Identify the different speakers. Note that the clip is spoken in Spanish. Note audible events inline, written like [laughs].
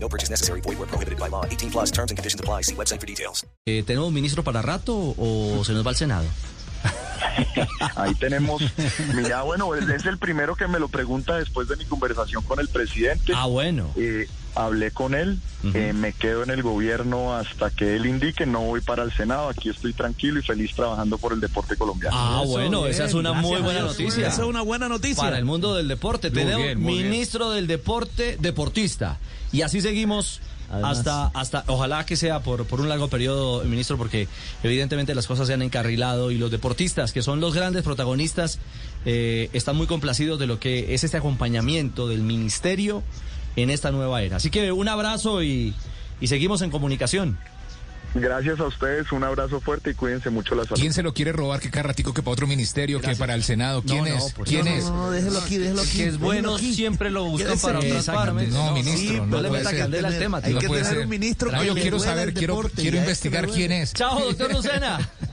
Speaker 1: No purchase necessary. Void where prohibited by law. 18 plus terms and conditions apply. See website for details.
Speaker 2: Eh, ¿Tenemos ministro para rato o se nos va al Senado? [laughs]
Speaker 3: Ahí tenemos, mira, bueno, él es el primero que me lo pregunta después de mi conversación con el presidente.
Speaker 2: Ah, bueno.
Speaker 3: Eh, hablé con él, eh, me quedo en el gobierno hasta que él indique, no voy para el Senado, aquí estoy tranquilo y feliz trabajando por el deporte colombiano.
Speaker 2: Ah, bueno, esa es una muy buena noticia.
Speaker 4: Esa es una buena noticia.
Speaker 2: Para el mundo del deporte, tenemos ministro del deporte, deportista. Y así seguimos hasta, hasta, ojalá que sea por, por un largo periodo, ministro, porque evidentemente las cosas se han encarrilado y los deportistas, que son los grandes protagonistas, eh, están muy complacidos de lo que es este acompañamiento del ministerio en esta nueva era. Así que un abrazo y, y seguimos en comunicación.
Speaker 3: Gracias a ustedes, un abrazo fuerte y cuídense mucho la salud.
Speaker 5: ¿Quién se lo quiere robar? Que cada ratico que para otro ministerio, que para el Senado. ¿Quién
Speaker 2: No, no,
Speaker 5: es?
Speaker 2: por
Speaker 5: ¿Quién
Speaker 2: Dios,
Speaker 5: es?
Speaker 2: no,
Speaker 4: No, déjelo aquí, déjelo aquí.
Speaker 2: Que es bueno, siempre lo buscan para otras
Speaker 5: Exactamente.
Speaker 2: partes.
Speaker 5: No, ministro, no
Speaker 2: pues, le
Speaker 5: puede
Speaker 2: meta
Speaker 5: ser.
Speaker 2: candela al tema.
Speaker 4: Hay
Speaker 2: tío.
Speaker 4: que
Speaker 5: No puede
Speaker 4: tener
Speaker 5: ser.
Speaker 4: un ministro
Speaker 5: No,
Speaker 4: que
Speaker 5: yo
Speaker 4: le
Speaker 5: quiero
Speaker 4: duela el
Speaker 5: saber, quiero,
Speaker 4: deporte,
Speaker 5: quiero
Speaker 4: ya
Speaker 5: investigar
Speaker 4: este me
Speaker 5: quién es.
Speaker 2: Chao,
Speaker 5: [laughs]
Speaker 2: doctor Lucena.